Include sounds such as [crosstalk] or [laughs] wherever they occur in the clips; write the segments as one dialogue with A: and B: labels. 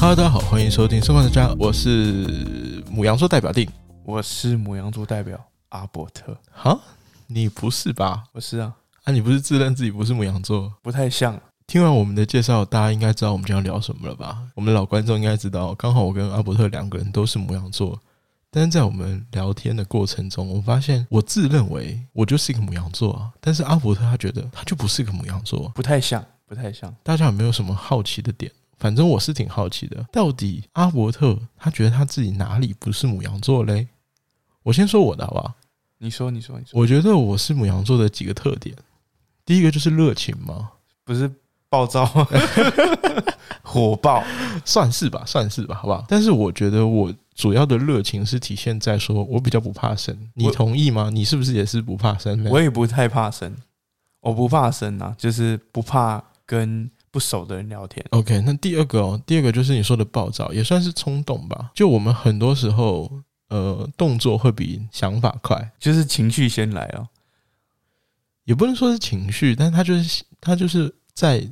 A: Hello，大家好，欢迎收听《生活的家》，我是母羊座代表定。
B: 我是母羊座代表阿伯特，
A: 哈，你不是吧？
B: 我是啊，
A: 啊，你不是自认自己不是母羊座？
B: 不太像，
A: 听完我们的介绍，大家应该知道我们今天要聊什么了吧？我们的老观众应该知道，刚好我跟阿伯特两个人都是母羊座，但是在我们聊天的过程中，我发现我自认为我就是一个母羊座啊，但是阿伯特他觉得他就不是一个母羊座啊。
B: 不太像，不太像。
A: 大家有没有什么好奇的点？反正我是挺好奇的，到底阿伯特他觉得他自己哪里不是母羊座嘞？我先说我的好不好？
B: 你说，你说，你说，
A: 我觉得我是母羊座的几个特点，第一个就是热情嘛，
B: 不是暴躁， [laughs] 火爆，
A: 算是吧，算是吧，好不好？但是我觉得我主要的热情是体现在说我比较不怕生，你
B: 我
A: 同意吗？你是不是也是不怕生呢？
B: 我也不太怕生，我不怕生啊，就是不怕跟不熟的人聊天。
A: OK，那第二个哦，第二个就是你说的暴躁，也算是冲动吧。就我们很多时候，呃，动作会比想法快。
B: 就是情绪先来哦，
A: 也不能说是情绪，但他就是他就是在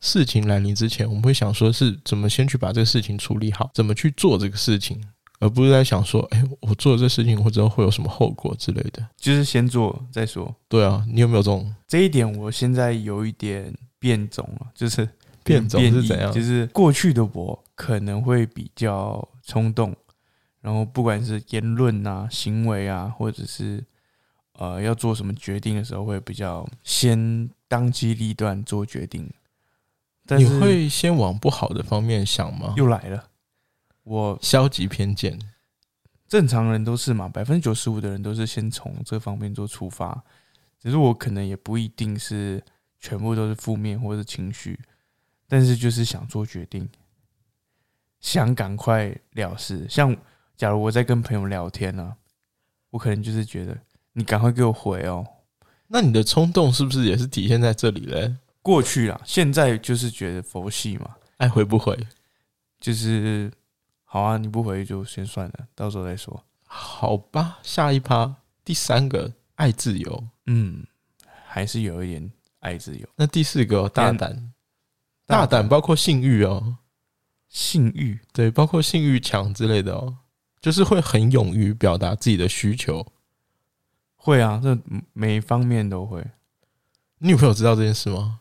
A: 事情来临之前，我们会想说是怎么先去把这个事情处理好，怎么去做这个事情，而不是在想说，哎、我做了这事情，我之后会有什么后果之类的。
B: 就是先做再说。
A: 对啊，你有没有这种
B: 这一点我现在有一点变种了，就是
A: 变种
B: 变
A: 是
B: 异
A: 怎样？
B: 就是过去的我可能会比较冲动，然后不管是言论啊、行为啊，或者是呃要做什么决定的时候，会比较先当机立断做决定。但
A: 你
B: 是
A: 会先往不好的方面想吗？
B: 又来了，我
A: 消极偏见，
B: 正常人都是嘛，百分之九十五的人都是先从这方面做出发，只是我可能也不一定是全部都是负面或者情绪，但是就是想做决定，想赶快了事。像假如我在跟朋友聊天呢、我可能就是觉得你赶快给我回哦，
A: 那你的冲动是不是也是体现在这里嘞？
B: 过去啦，现在就是觉得佛系嘛，
A: 爱回不回？
B: 就是好啊，你不回就先算了，到时候再说。
A: 好吧，下一趴第三个爱自由，
B: 嗯，还是有一点爱自由，
A: 那第四个哦大胆，大胆包括性欲哦。
B: 性欲。
A: 对，包括性欲强之类的哦，就是会很勇于表达自己的需求。
B: 会啊，这每方面都会。
A: 你女朋友知道这件事吗？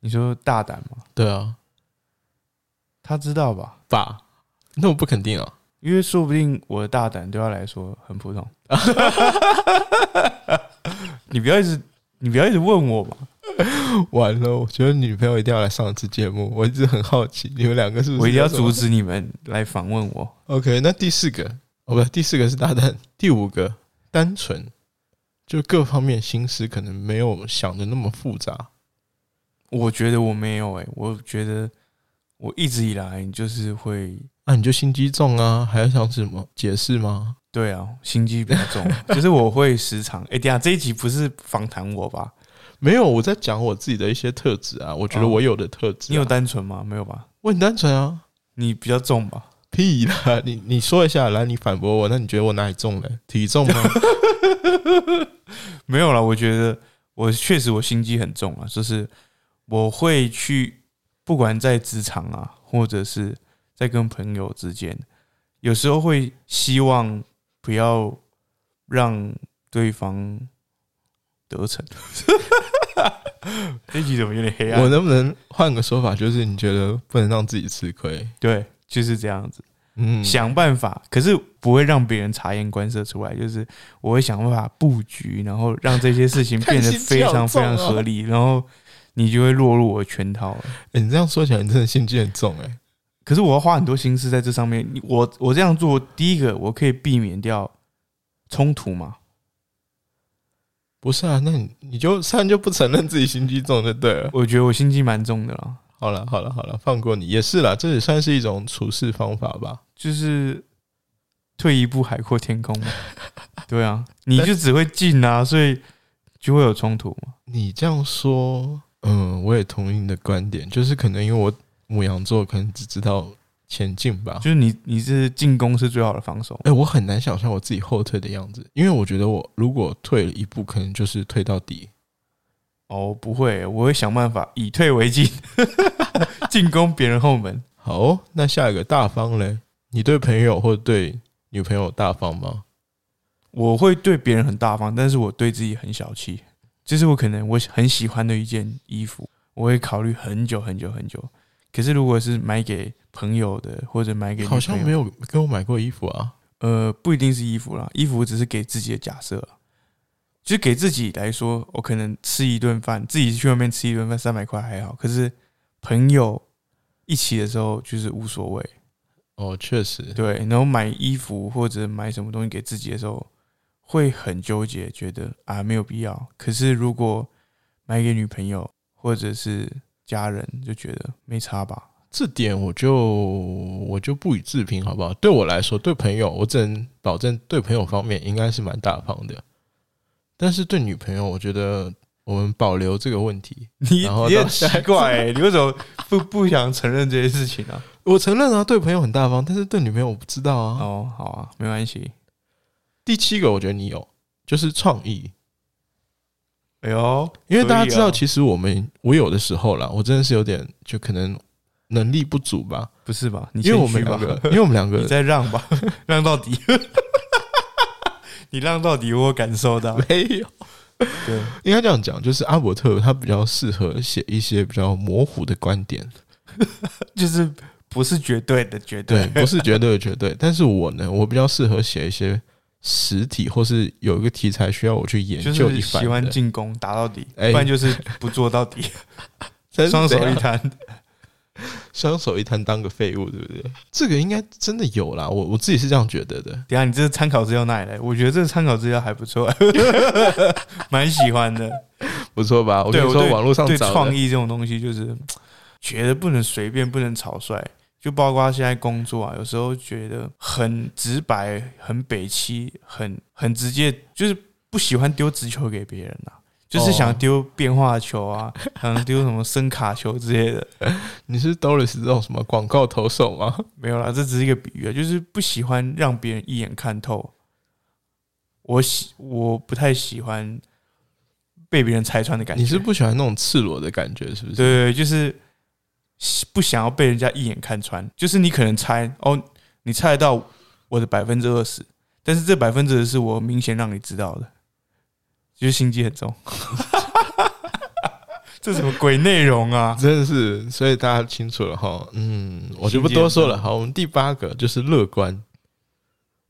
B: 你说大胆吗？
A: 对啊，
B: 他知道吧？
A: 爸，那我不肯定啊。
B: 因为说不定我的大胆对他来说很普通。 [laughs] 你不要一直，你不要一直问我嘛，
A: 完了，我觉得女朋友一定要来上次节目，我一直很好奇你们两个是不是
B: 我一定要
A: 有什么
B: 阻。止你们来访问我。
A: OK，那第四个哦，不，第四个是大胆，第五个单纯，就各方面心思可能没有想的那么复杂。
B: 我觉得我没有诶、欸我觉得我一直以来就是会，
A: 那、你就心机重啊，还要想什么解释吗？
B: 对啊，心机比较重，就是我会时常诶、等一下这一集不是访谈我吧？
A: 没有，我在讲我自己的一些特质啊，我觉得
B: 哦
A: 我有的特质、啊
B: 你有单纯吗？没有吧？
A: 我很单纯啊，
B: 你比较重吧？
A: 屁
B: [laughs]
A: 啦！你你说一下，来你反驳我，那你觉得我哪里重了？体重吗？
B: [laughs] 没有啦，我觉得我确实我心机很重啊，就是我会去，不管在职场啊，或者是在跟朋友之间，有时候会希望不要让对方得逞。 [laughs] 这集怎么有点黑暗？
A: 我能不能换个说法，就是你觉得不能让自己吃亏？
B: 对，就是这样子，
A: 嗯，
B: 想办法，可是不会让别人察言观色出来，就是我会想办法布局，然后让这些事
A: [laughs]
B: 情
A: 看
B: 变得
A: 心机
B: 非
A: 好
B: 常非常
A: 重哦
B: 合理，然后你就会落入我的圈套了。
A: 欸你这样说起来，你真的心机很重哎、
B: 可是我要花很多心思在这上面。你我我这样做，第一个我可以避免掉冲突嘛？
A: 不是啊，那你你就算就不承认自己心机重就对了。
B: 我觉得我心机蛮重的啦，
A: 好了好了好了，放过你也是啦，这也算是一种处事方法吧。
B: 就是退一步海阔天空
A: [laughs]
B: 嘛。对啊，你就只会进啊，所以就会有冲突嘛。
A: 你这样说，嗯，我也同意你的观点，就是可能因为我母羊座，可能只知道前进吧
B: 就。是你你是进攻是最好的防守，
A: 哎、我很难想象我自己后退的样子，因为我觉得我如果退了一步，可能就是退到底。
B: [laughs] 哦，不会，我会想办法以退为进，进攻别人后门。
A: 好哦、那下一个大方嘞，你对朋友或对女朋友大方吗？
B: 我会对别人很大方，但是我对自己很小气。就是我可能我很喜欢的一件衣服，我会考虑很久很久很久。可是如果是买给朋友的，或者买给女
A: 好像
B: 朋友
A: 没有跟我买过衣服啊。
B: 呃，不一定是衣服啦，衣服只是给自己的假设啦，就是给自己来说，我可能吃一顿饭，自己去外面吃一顿饭三百块还好，可是朋友一起的时候就是无所谓，
A: 哦，确实，
B: 对，然后买衣服或者买什么东西给自己的时候，会很纠结，觉得啊没有必要。可是如果买给女朋友或者是家人，就觉得没差吧。
A: 这点我就我就不予置评，好不好？对我来说，对朋友，我只能保证对朋友方面应该是蛮大方的，但是对女朋友，我觉得我们保留这个问题。
B: [laughs] 你
A: 然后
B: 你
A: 到
B: 很奇 [laughs]
A: 下一
B: 怪、欸，你为什么不不想承认这些事情啊？
A: 我承认啊，对朋友很大方，但是对女朋友我不知道啊。
B: [laughs] 哦，好啊，没关系。
A: 第七个，我觉得你有，就是创意。
B: 哎呦，
A: 因为大家知
B: 所以
A: 道，
B: 啊
A: 其实我们我有的时候啦，我真的是有点就可能能力不足吧，
B: 不是吧？你
A: 因为我们
B: 谦虚
A: 两
B: 吧 [laughs]
A: 个，因为我们两
B: 你
A: 个
B: 再让 [laughs] 吧，让到底，你让到底，我感受到。
A: 没有，
B: [laughs] 对，
A: 应该这样讲，就是阿伯特他比较适合写一些比较模糊的观点，
B: 就是不是绝对的，绝
A: 对
B: 对，
A: 不是绝对的绝对，但是我呢，我比较适合写一些实体或是有一个题材需要我去研
B: 就
A: 究
B: 是
A: 一番
B: 喜
A: 的，
B: 欢进攻打到底，
A: 哎
B: 不然就是不做
A: [laughs]
B: 到底，
A: 真的啊
B: 双手一摊。
A: 双手一摊当个废物，对不对？这个应该真的有啦，我我自己是这样觉得的。
B: 等一下你这个参考资料哪里来？我觉得这个参考资料还不错， [laughs] 蛮喜欢的。
A: 不错吧？我
B: 对
A: 跟你
B: 我
A: 说，
B: 对
A: 网络上
B: 对
A: 找
B: 创
A: 的
B: 意这种东西，就是觉得不能随便，不能草率。就包括现在工作啊，有时候觉得很直白、很北欺、很很直接，就是不喜欢丢直球给别人啊，就是
A: 哦
B: 想丢变化球啊，想丢什么声卡球之类的。
A: 你是 Doris 这种什么广告投手吗？
B: 没有啦，这只是一个比喻啊，就是不喜欢让别人一眼看透。我喜我不太喜欢被别人拆穿的感觉。
A: 你是不喜欢那种赤裸的感觉，是不是？
B: 对，就是不想要被人家一眼看穿。就是你可能猜哦，你猜得到我的百分之二十，但是这百分之二十我明显让你知道的，就是心机很重。 [laughs] 这什么鬼内容啊？
A: [laughs] 真的是，所以大家清楚了哈。嗯，我就不多说了。好，我们第八个就是乐观。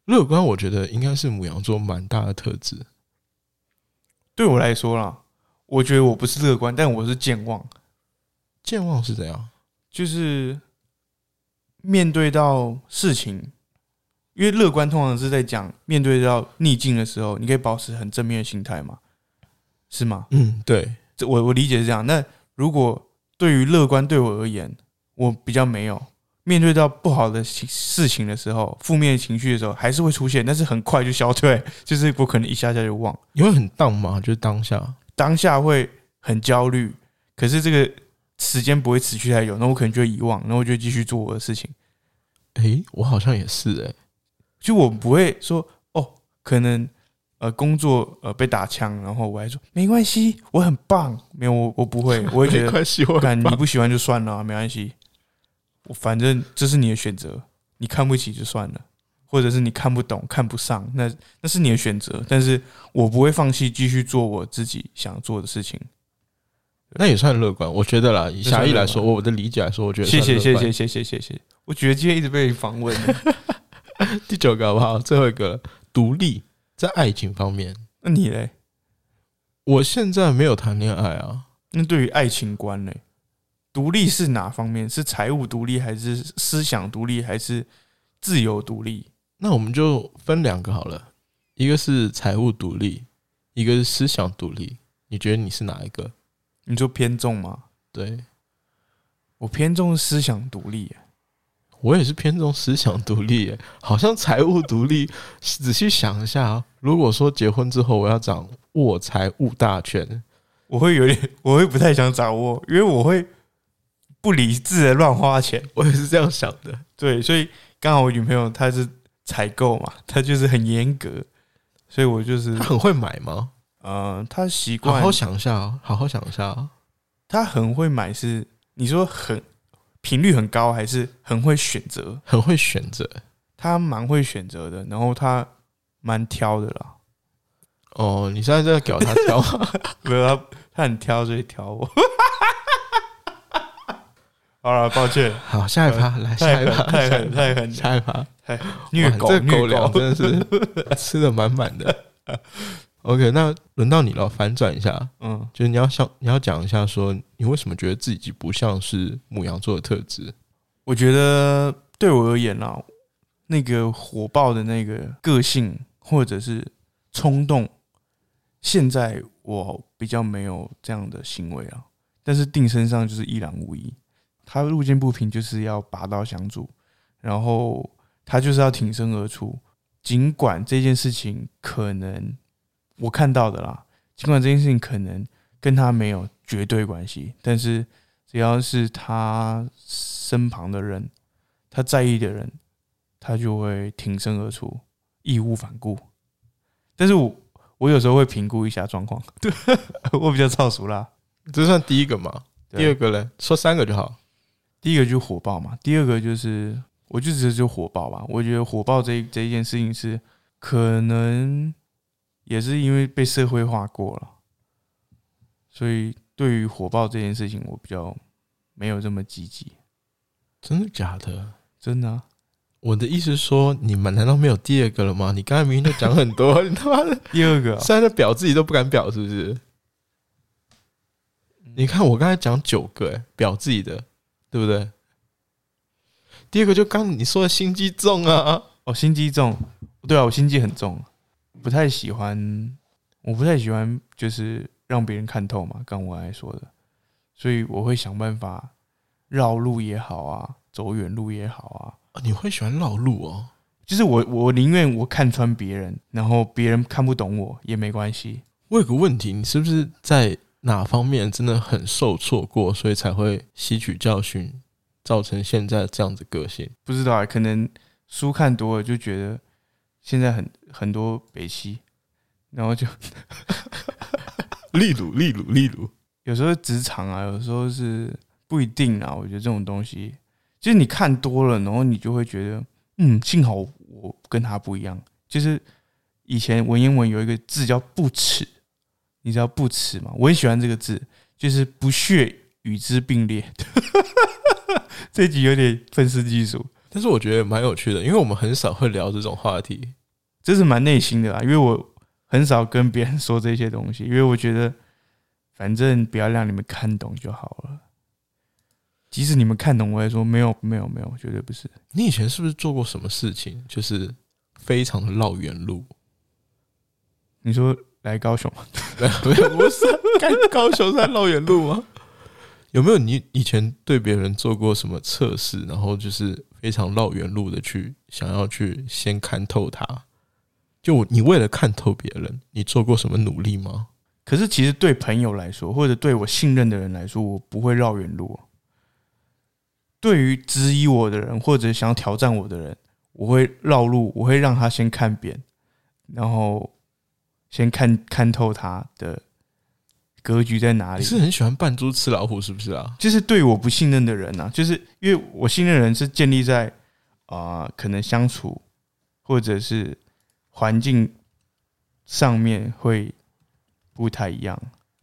A: 乐观，我觉得应该是母羊座蛮大的特质。
B: 对我来说啦，我觉得我不是乐观，但我是健忘，
A: 健忘是怎样？
B: 就是面对到事情。因为乐观通常是在讲面对到逆境的时候，你可以保持很正面的心态嘛，是吗？
A: 嗯，对，
B: 这我我理解是这样。那如果对于乐观对我而言，我比较没有面对到不好的情事情的时候，负面情绪的时候还是会出现，但是很快就消退， [laughs] 就是我可能一下下就忘，
A: 你会很荡吗？就是当下。
B: 当下会很焦虑，可是这个时间不会持续太久，那我可能就会遗忘，然后我就继续做我的事情，
A: 诶，我好像也是诶。
B: 就我不会说哦，可能。呃，工作呃被打枪，然后我还说没关系，我很棒。没有我我
A: [laughs]
B: 不会，我会觉
A: 没
B: 得
A: 关系，我
B: 不敢，
A: 很
B: 你
A: 棒
B: 不喜欢就算了啊、没关系，我反正这是你的选择，你看不起就算了，或者是你看不懂、看不上，那那是你的选择，但是我不会放弃，继续做我自己想做的事情。
A: 那也算乐观。我觉得啦，以狭义来说，
B: 这算乐观
A: 我的理解来说，我觉得
B: 谢谢
A: 算
B: 谢
A: 乐观
B: 谢谢谢谢谢，我觉得今天一直被访问，
A: 第九个好不好？最后一个了，独立在爱情方面，
B: 那你嘞？
A: 我现在没有谈恋爱啊。
B: 那对于爱情观嘞，独立是哪方面？是财务独立，还是思想独立，还是自由独立？
A: 那我们就分两个好了，一个是财务独立，一个是思想独立。你觉得你是哪一个？
B: 你说偏重吗？
A: 对
B: 我偏重思想独立耶、
A: 我也是偏重思想独立耶，好像财务独立。仔细想一下啊，如果说结婚之后我要掌握财务大权，
B: 我会有点， [laughs] 我会不太想掌握，因为我会不理智的乱花钱。
A: 我也是这样想的。
B: 对，所以刚好我女朋友她是采购嘛，她就是很严格，所以我就是
A: 他很会买吗？
B: 呃，她习
A: 好
B: 惯
A: 啊好，想一下啊，好好想一下啊。
B: 她很会买是，你说很频率很高，还是很会选择，
A: 很会选择
B: 他蛮会选择的，然后他蛮挑的啦，
A: 哦。你现在在搞他挑，
B: 没有他他很挑，所以挑我。 [laughs] 好了，抱歉，
A: [laughs] 好，下一趴来， [laughs] 下
B: 太
A: 一
B: 狠
A: 趴，
B: 太
A: 下一
B: 狠
A: 趴
B: 太狠
A: 下一趴，
B: 虐
A: 哇
B: 狗
A: 这
B: 虐
A: 狗粮
B: 狗，
A: 真的是吃的满满的。OK，那轮到你了，反转一下，
B: 嗯，
A: 就是你要像你要讲一下，说你为什么觉得自己不像是母羊座的特质？
B: 我觉得对我而言啦，那个火爆的那个个性或者是冲动，现在我比较没有这样的行为啊。但是定身上就是一览无遗，他路见不平就是要拔刀相助，然后他就是要挺身而出，尽管这件事情可能我看到的啦，尽管这件事情可能跟他没有绝对关系，但是只要是他身旁的人，他在意的人，他就会挺身而出，义无反顾。但是我我有时候会评估一下状况， [laughs] 对我比较超俗啦。
A: 这算第一个嘛？
B: 对
A: 第二个嘞，说三个就好。
B: 第一个就是火爆嘛，第二个就是我就只是就火爆吧。我觉得火爆这一这一件事情是可能也是因为被社会化过了，所以对于火爆这件事情，我比较没有这么积极。
A: 真的假的？
B: 真的啊、
A: 我的意思是说，你们难道没有第二个了吗？你刚才明明就讲很多， [laughs] 你他妈的
B: 第二个啊、
A: 现在在表自己都不敢表，是不是？你看我刚才讲九个、欸，表自己的，对不对？第二个就刚你说的心机重啊，
B: 哦，心机重，对啊，我心机很重，不太喜欢，我不太喜欢就是让别人看透嘛，刚我刚才说的，所以我会想办法绕路也好啊，走远路也好啊，
A: 哦你会喜欢绕路哦？
B: 就是我我宁愿我看穿别人，然后别人看不懂我也没关系。
A: 我有个问题，你是不是在哪方面真的很受挫过，所以才会吸取教训，造成现在这样子个性？
B: 不知道啊、可能书看多了就觉得现在很很多北西，然后就
A: 例如，例如，例如，
B: 有时候职场啊，有时候是不一定啊。我觉得这种东西，就是你看多了，然后你就会觉得，嗯，幸好我跟他不一样。就是以前文言文有一个字叫“不耻”，你知道“不耻”吗？我很喜欢这个字，就是不屑与之并列。 [laughs] 这集有点愤世嫉俗，
A: 但是我觉得蛮有趣的，因为我们很少会聊这种话题。
B: 这是蛮内心的啦，因为我很少跟别人说这些东西，因为我觉得反正不要让你们看懂就好了。即使你们看懂，我也说没有没有没有，绝对不是。
A: 你以前是不是做过什么事情，就是非常的绕远路？
B: 你说来高雄，
A: 没有，不是干高雄山绕远路吗？有没有你以前对别人做过什么测试，然后就是非常绕远路的去想要去先看透他？就我你为了看透别人，你做过什么努力吗？
B: 可是其实对朋友来说，或者对我信任的人来说，我不会绕远路哦。对于质疑我的人，或者想要挑战我的人，我会绕路，我会让他先看扁，然后先看看透他的格局在哪
A: 你
B: 里。
A: 是很喜欢扮猪吃老虎，是不是啊？
B: 就是对我不信任的人啊，就是因为我信任人是建立在啊、呃可能相处或者是环境上面会不太一样。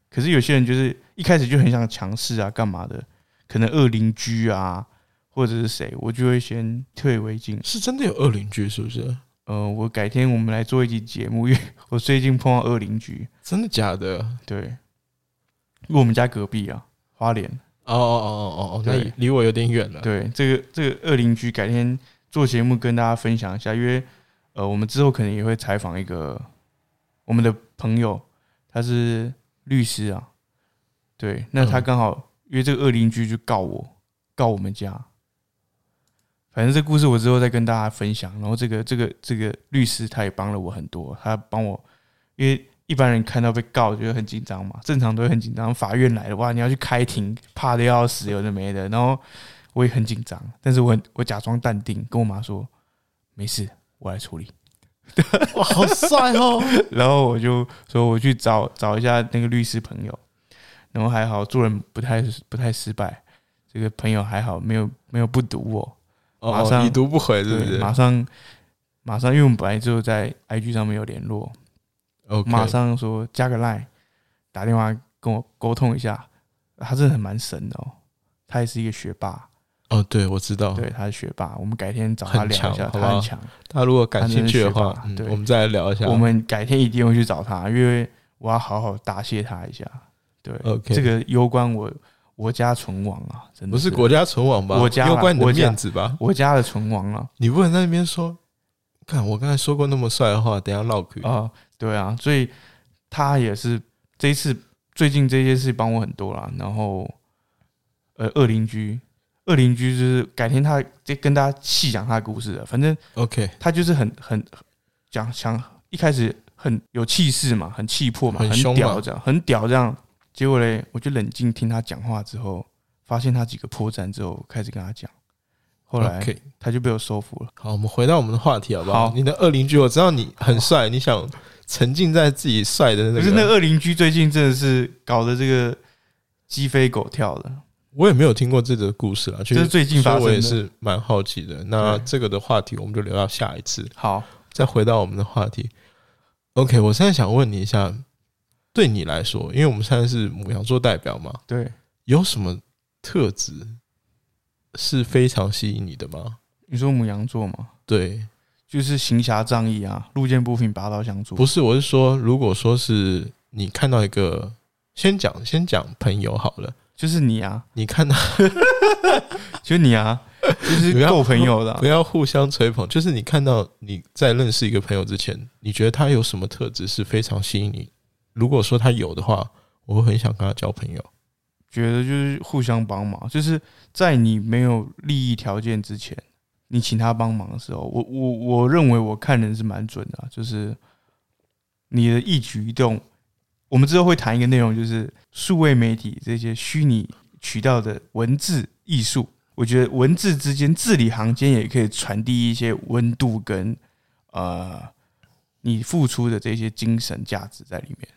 B: 可是有些人就是一开始就很想强势啊，干嘛的？可能恶邻居啊，或者是谁，我就会先退为进。
A: 是真的有恶邻居，是不是？
B: 呃，我改天我们来做一集节目，因为我最近碰到恶邻居，
A: 真的假的？
B: 对，因为我们家隔壁啊，花莲。
A: 哦哦哦哦哦，那
B: 对
A: 离我有点远了。
B: 对，这个这个恶邻居，改天做节目跟大家分享一下，因为呃，我们之后可能也会采访一个我们的朋友，他是律师啊，对，那他
A: 嗯
B: 刚好、因为这个恶邻居就告我，告我们家，反正这故事我之后再跟大家分享。然后这个这个这个律师他也帮了我很多，他帮我，因为一般人看到被告就会很紧张嘛，正常都会很紧张。法院来了，哇，你要去开庭，怕的要死，有的没的。然后我也很紧张，但是我很我假装淡定，跟我妈说没事，我来处理。 [laughs]
A: 哇，好帅哦！
B: 然后我就说我去找找一下那个律师朋友，然后还好做人不太不太失败，这个朋友还好，没有没有不读我，马
A: 哦，
B: 上
A: 已读不回，是不
B: 对，
A: 是
B: 马上马上，因为我们本来就在 IG 上面有联络，
A: ？OK，
B: 马上说加个 line，打电话跟我沟通一下。他真的很蛮神的哦，他也是一个学霸，
A: 哦，对，我知道。
B: 对，他是学霸。我们改天找他
A: 很
B: 聊一
A: 强
B: 下，
A: 好不
B: 他很
A: 好
B: 强。
A: 大家如果感兴趣的
B: 他
A: 话，
B: 真的是学霸对
A: 嗯我们再来聊一下。
B: 我们改天一定会去找他，因为我要好好答谢他一下。对
A: OK
B: 这个攸关我我家存亡啊，真的
A: 不是国家存亡吧？
B: 我家啦
A: 攸关你的
B: 我家
A: 面子吧？
B: 我家的存亡啊
A: 你不能在那边说，看我刚才说过那么帅的话，等一下唠嗑
B: 啊、。对啊，所以他也是这一次最近这些事帮我很多啦。然后呃，二邻居，二邻居就是改天他再跟大家细讲他的故事了。啊反正
A: OK，
B: 他就是很很讲想一开始很有气势嘛，很气魄嘛，
A: 很
B: 很
A: 凶嘛
B: 屌这样，很屌这样。结果嘞，我就冷静听他讲话之后，发现他几个破绽之后，开始跟他讲。后来
A: OK，
B: 他就被我收服了。
A: 好，我们回到我们的话题好不好？
B: 好
A: 你的二邻居，我知道你很帅，你想沉浸在自己帅的那
B: 可
A: 个。
B: 是那，二邻居最近真的是搞得这个鸡飞狗跳的，
A: 我也没有听过这个故事啊，
B: 这是最近发
A: 所以
B: 生
A: 我也
B: 的。
A: 是蛮好奇的。那
B: 对
A: 这个的话题我们就留到下一次，
B: 好，
A: 再回到我们的话题。OK，我现在想问你一下，对你来说，因为我们现在是母羊座代表嘛，
B: 对，
A: 有什么特质是非常吸引你的吗？
B: 你说母羊座嘛，
A: 对，
B: 就是行侠仗义啊，路见不平拔刀相助。
A: 不是，我是说，如果说是你看到一个，先讲先讲朋友好了，
B: 就是你啊，
A: 你看到
B: 就是你啊，就是
A: [laughs] 不要
B: 够朋友的啊、
A: [laughs] 不要互相吹捧，就是你看到你在认识一个朋友之前，你觉得他有什么特质是非常吸引你？如果说他有的话，我会很想跟他交朋友。
B: 觉得就是互相帮忙，就是在你没有利益条件之前，你请他帮忙的时候，我我我认为我看人是蛮准的啊、就是你的一举一动，我们之后会谈一个内容，就是数位媒体这些虚拟渠道的文字艺术，我觉得文字之间字里行间也可以传递一些温度跟呃你付出的这些精神价值在里面，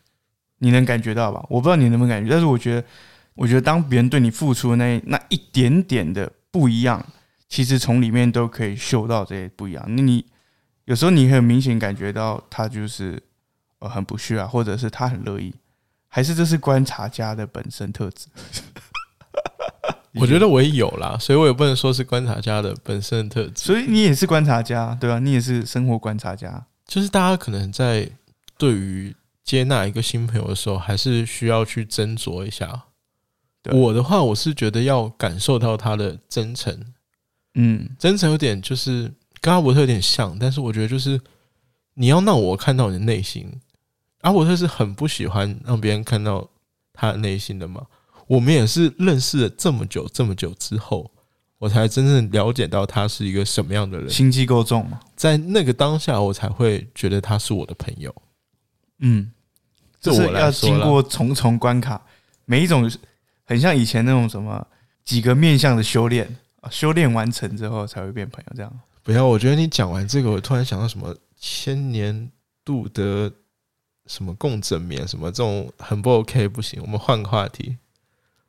B: 你能感觉到吧？我不知道你能不能感觉，但是我觉得。我觉得当别人对你付出的那那一点点的不一样，其实从里面都可以嗅到这些不一样。那你有时候你很明显感觉到他就是呃很不屑啊，或者是他很乐意，还是这是观察家的本身特质？
A: 我觉得我也有啦，所以我也不能说是观察家的本身的特质。
B: 所以你也是观察家，对吧、你也是生活观察家，
A: 就是大家可能在对于接纳一个新朋友的时候，还是需要去斟酌一下。
B: 对啊
A: 我的话，我是觉得要感受到他的真诚，
B: 嗯，
A: 真诚有点就是跟阿伯特有点像，但是我觉得就是你要让我看到你的内心。阿伯特是很不喜欢让别人看到他的内心的嘛。我们也是认识了这么久这么久之后，我才真正了解到他是一个什么样的人。
B: 心机够重嘛，
A: 在那个当下，我才会觉得他是我的朋友。
B: 嗯，
A: 这
B: 就是
A: 我来
B: 要
A: 说
B: 经
A: 啦
B: 过重重关卡，每一种很像以前那种什么几个面向的修炼啊，修炼完成之后才会变朋友这样。
A: 不要，我觉得你讲完这个，我突然想到什么千年度的什么共枕眠什么这种很不 OK，不行，我们换个话题。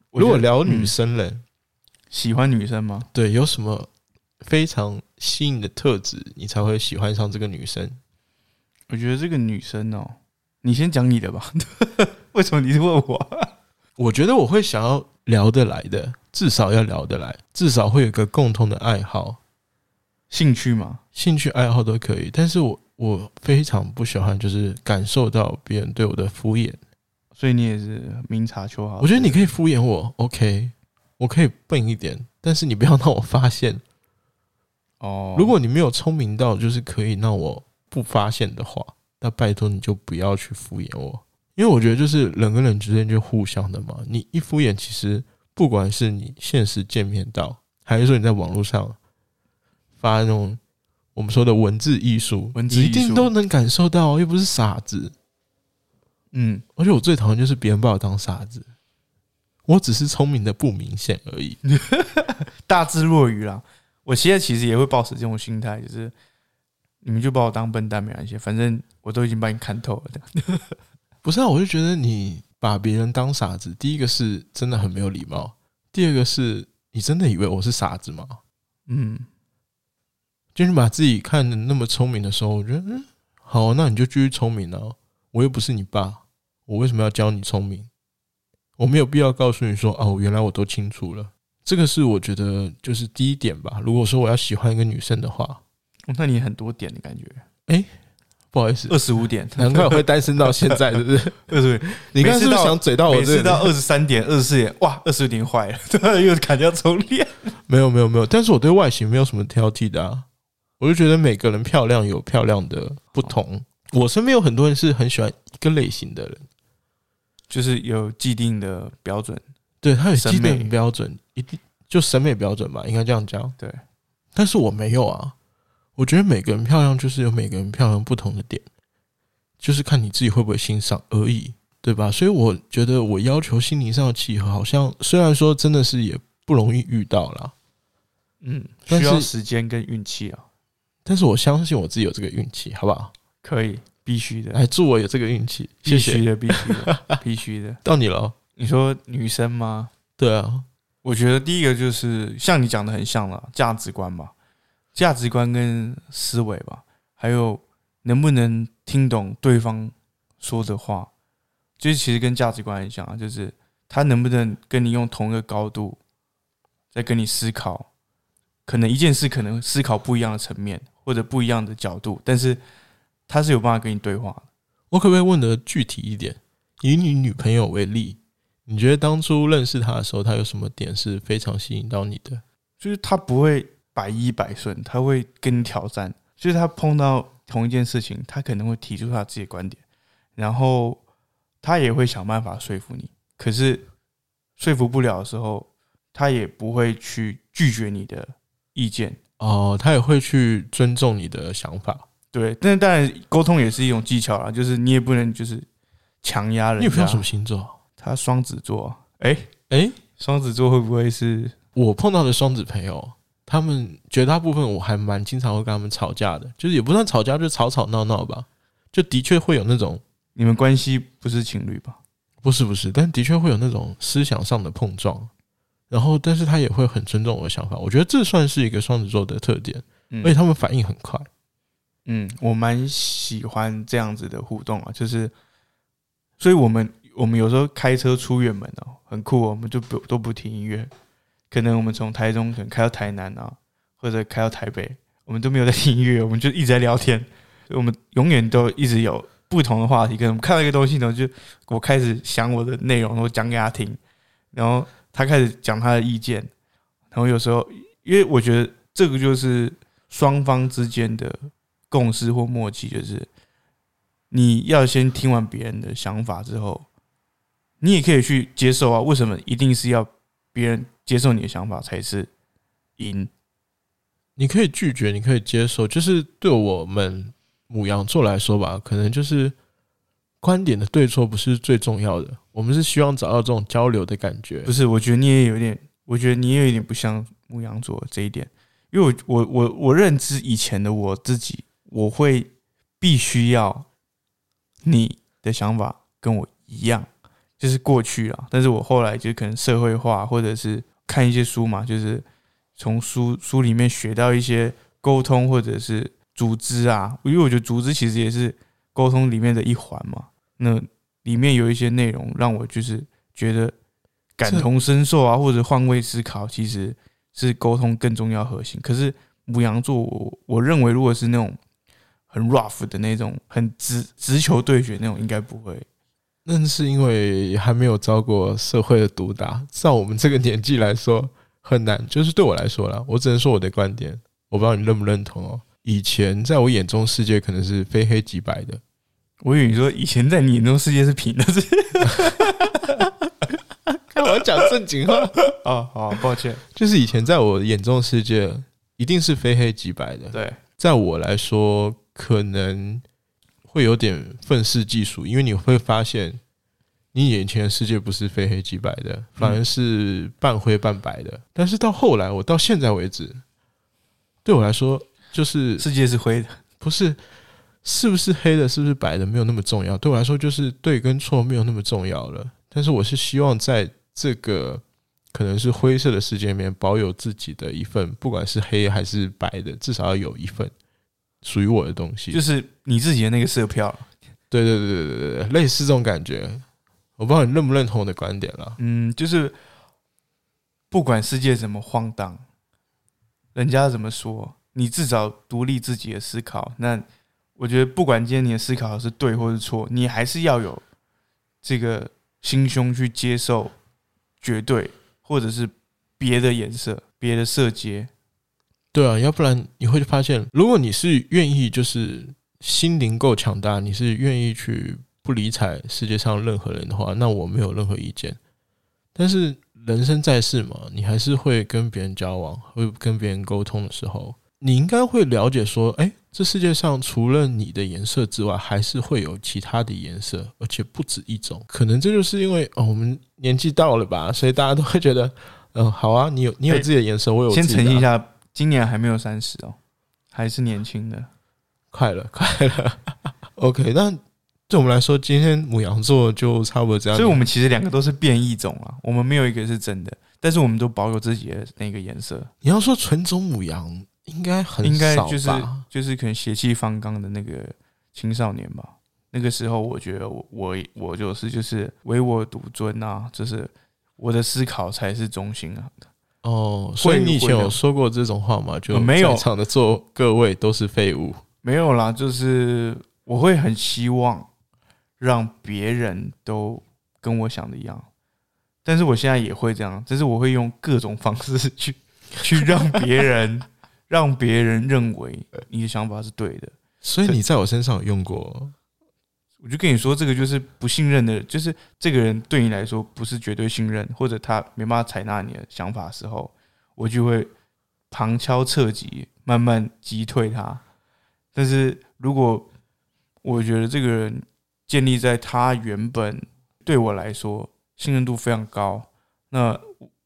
B: 我觉得
A: 如果聊女
B: 嗯
A: 生嘞，
B: 喜欢女生吗？
A: 对，有什么非常吸引的特质，你才会喜欢上这个女生？
B: 我觉得这个女生哦，你先讲你的吧。 [laughs] 为什么你是问我？
A: 我觉得我会想要聊得来的，至少要聊得来，至少会有一个共同的爱好，
B: 兴趣嘛？
A: 兴趣爱好都可以。但是我我非常不喜欢，就是感受到别人对我的敷衍。
B: 所以你也是明察秋毫。
A: 我觉得你可以敷衍我，OK，我可以笨一点，但是你不要让我发现。
B: 哦，
A: 如果你没有聪明到就是可以让我不发现的话，那拜托你就不要去敷衍我，因为我觉得就是人跟人之间就互相的嘛。你一敷衍，其实不管是你现实见面到，还是说你在网络上发那种我们说的文字艺术，
B: 文字
A: 你
B: 艺
A: 一定
B: 术
A: 都能感受到，又哎不是傻子。
B: 嗯，
A: 而且我最讨厌就是别人把我当傻子，我只是聪明的不明显而已。
B: 大智若愚啦。我现在其实也会抱持这种心态，就是你们就把我当笨蛋没关系，反正我都已经把你看透了。这样
A: 不是啊，我就觉得你把别人当傻子，第一个是真的很没有礼貌，第二个是你真的以为我是傻子吗？
B: 嗯，
A: 就是把自己看的那么聪明的时候，我觉得嗯，好，那你就继续聪明啊。我又不是你爸，我为什么要教你聪明？我没有必要告诉你说哦，原来我都清楚了。这个是我觉得就是第一点吧。如果说我要喜欢一个女生的话，
B: 哦那你很多点的感觉，
A: 不好意思，
B: [laughs] 二十五点，
A: 难怪我会单身到现在，是不是？
B: 二十五点，
A: 你刚刚是不是
B: [laughs] 每次到
A: 想嘴到我
B: 每次
A: 这
B: 到
A: 里？
B: 二十三点、二十四点，哇，二十五点坏了，对，又砍掉重练。
A: 没有没有没有，但是我对外形没有什么挑剔的啊。我就觉得每个人漂亮有漂亮的不同。我身边有很多人是很喜欢一个类型的人，
B: [laughs] 就是有既定的标准，
A: 对他有
B: 审
A: 基本
B: 美
A: 标准，一定就审美标准吧，应该这样讲。
B: 对，
A: 但是我没有啊。我觉得每个人漂亮就是有每个人漂亮不同的点，就是看你自己会不会欣赏而已，对吧？所以我觉得我要求心灵上的契合，好像虽然说真的是也不容易遇到啦，
B: 嗯，
A: 但
B: 需
A: 是
B: 要时间跟运气啊，
A: 嗯但是我相信我自己有这个运气，好不好？
B: 可以，必须的，
A: 来祝我有这个运气，哎谢
B: 必
A: 谢
B: 须。的，必须的，必须的。
A: 到你了哦，
B: 你说女生吗？
A: 对啊，
B: 我觉得第一个就是像你讲的很像了，价值观吧，价值观跟思维吧，还有能不能听懂对方说的话，就是其实跟价值观很像啊，就是他能不能跟你用同一个高度，在跟你思考，可能一件事可能思考不一样的层面或者不一样的角度，但是他是有办法跟你对话的。
A: 我可不可以问的具体一点？以你女朋友为例，你觉得当初认识她的时候，她有什么点是非常吸引到你的？
B: 就是他不会百依百顺，他会跟你挑战。就是他碰到同一件事情，他可能会提出他自己的观点，然后他也会想办法说服你。可是说服不了的时候，他也不会去拒绝你的意见。
A: 哦，她也会去尊重你的想法。
B: 对，但是当然沟通也是一种技巧啦，就是你也不能就是强压人
A: 你
B: 家。
A: 女朋友什么星座啊？
B: 他双子座，哎、
A: 诶、
B: 双子座会不会是
A: 我碰到的双子朋友，他们绝大部分我还蛮经常会跟他们吵架的，就是也不算吵架，就吵吵闹闹吧。就的确会有那种，
B: 你们关系不是情侣吧？
A: 不是不是，但的确会有那种思想上的碰撞。然后，但是他也会很尊重我的想法，我觉得这算是一个双子座的特点，
B: 嗯
A: 而且他们反应很快。
B: 嗯，我蛮喜欢这样子的互动啊，就是，所以我们我们有时候开车出远门哦，很酷、哦，我们就不都不听音乐，可能我们从台中可能开到台南啊，或者开到台北，我们都没有在听音乐，我们就一直在聊天，我们永远都一直有不同的话题，可能我们看到一个东西呢，就我开始想我的内容，我讲给他听，然后他开始讲他的意见，然后有时候因为我觉得这个就是双方之间的共识或默契，就是你要先听完别人的想法之后，你也可以去接受啊。为什么一定是要别人接受你的想法才是赢？
A: 你可以拒绝，你可以接受，就是对我们母羊座来说吧，可能就是观点的对错不是最重要的，我们是希望找到这种交流的感觉
B: 不。是，我觉得你也有点，我觉得你也有点不像牧羊座这一点，因为我我我我认知以前的我自己，我会必须要你的想法跟我一样，就是过去啊。但是我后来就可能社会化，或者是看一些书嘛，就是从书书里面学到一些沟通或者是组织啊，因为我觉得组织其实也是沟通里面的一环嘛。那里面有一些内容让我就是觉得感同身受啊，或者换位思考，其实是沟通更重要核心。可是母羊座，我我认为如果是那种很 rough 的那种，很直直球对决那种，应该不会。
A: 那是因为还没有遭过社会的毒打，照我们这个年纪来说很难。就是对我来说啦，我只能说我的观点，我不知道你认不认同哦。以前在我眼中，世界可能是非黑即白的，
B: 我以为你说以前在你眼中世界是平的，是
A: 看我要讲正经话。 [laughs]
B: 哦，好，抱歉，
A: 就是以前在我眼中的世界，一定是非黑即白的。
B: 对，
A: 在我来说，可能会有点愤世嫉俗，因为你会发现，你眼前的世界不是非黑即白的，反而是半灰半白的。但是到后来，我到现在为止，对我来说，就是
B: 世界是灰的，
A: 不是是不是黑的，是不是白的，没有那么重要。对我来说，就是对跟错没有那么重要了。但是我是希望在这个可能是灰色的世界里面保有自己的一份，不管是黑还是白的，至少要有一份属于我的东西。
B: 就是你自己的那个色票。
A: 对对对对对对，类似这种感觉。我不知道你认不认同我的观点啦。
B: 嗯，就是不管世界怎么荒唐，人家怎么说，你至少独立自己的思考。那我觉得，不管今天你的思考是对或是错，你还是要有这个心胸去接受绝对或者是别的颜色、别的色阶。
A: 对啊，要不然你会发现，如果你是愿意，就是心灵够强大，你是愿意去不理睬世界上任何人的话，那我没有任何意见。但是人生在世嘛，你还是会跟别人交往，会跟别人沟通的时候，你应该会了解说，哎、这世界上除了你的颜色之外，还是会有其他的颜色，而且不止一种。可能这就是因为哦，我们年纪到了吧，所以大家都会觉得，嗯，好啊，你有你有自己的颜色，我有
B: 先
A: 自己的啊
B: 澄清一下，今年还没有三十哦，还是年轻的。
A: 快了， [laughs] 快了。OK，那对我们来说，今天母羊座就差不多这样。
B: 所以我们其实两个都是变异种啊，我们没有一个是真的，但是我们都保有自己的那个颜色，
A: 你要说纯种母羊，应该很
B: 应该
A: 少吧？
B: 就是就是可能血气方刚的那个青少年吧。那个时候，我觉得我我我就是就是唯我独尊啊，就是我的思考才是中心啊。
A: 哦，所以
B: 会
A: 你以前
B: 会的
A: 有说过这种话吗？就
B: 呃没有
A: 在场的座各位都是废物。
B: 没有啦，就是我会很希望让别人都跟我想的一样，但是我现在也会这样，但是我会用各种方式去去让别人 [laughs] 让别人认为你的想法是对的。
A: 所以你在我身上有用过，
B: 我就跟你说，这个就是不信任的，就是这个人对你来说不是绝对信任，或者他没办法采纳你的想法的时候，我就会旁敲侧击，慢慢击退他。但是如果我觉得这个人建立在他原本对我来说信任度非常高，那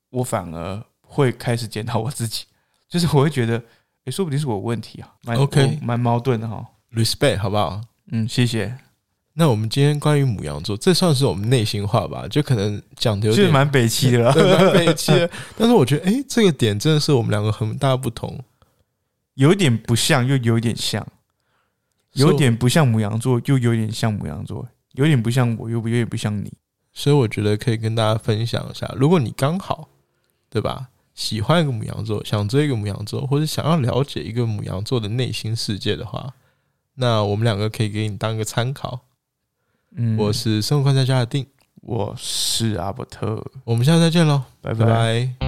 B: 我反而会开始检讨我自己，就是我会觉得，诶，说不定是我有问题啊，蛮
A: OK
B: 蛮矛盾的哈。
A: respect 好不好？
B: 嗯，谢谢，
A: 那我们今天关于母羊座，这算是我们内心话吧？就可能讲的有
B: 就是
A: 点
B: 蛮北气的啦。
A: 对蛮悲戚的，但是我觉得，哎、这个点真的是我们两个很大不同。
B: 有点不像，又有点像，有点不像母羊座，又有点像母羊座，有点不像我，又不有点不像你。
A: 所以我觉得可以跟大家分享一下，如果你刚好对吧，喜欢一个母羊座，想追一个母羊座，或者想要了解一个母羊座的内心世界的话，那我们两个可以给你当一个参考。
B: 嗯，
A: 我是生活观察家的定，
B: 我是阿伯特，
A: 我们下次再见喽，
B: 拜
A: 拜拜